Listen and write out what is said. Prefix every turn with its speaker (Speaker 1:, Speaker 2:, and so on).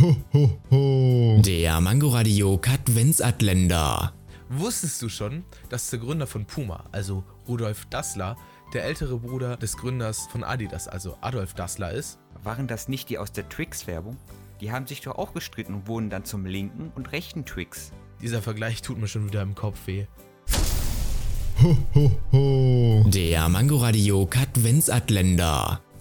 Speaker 1: Ho, ho, ho.
Speaker 2: Der Mangoradio Katwensatländer.
Speaker 3: Wusstest du schon, dass der Gründer von Puma, also Rudolf Dassler, der ältere Bruder des Gründers von Adidas, also Adolf Dassler ist?
Speaker 4: Waren das nicht die aus der Twix-Werbung? Die haben sich doch auch gestritten und wurden dann zum linken und rechten Twix.
Speaker 3: Dieser Vergleich tut mir schon wieder im Kopf weh.
Speaker 1: Ho, ho, ho.
Speaker 2: Der Mangoradio Katwensatländer.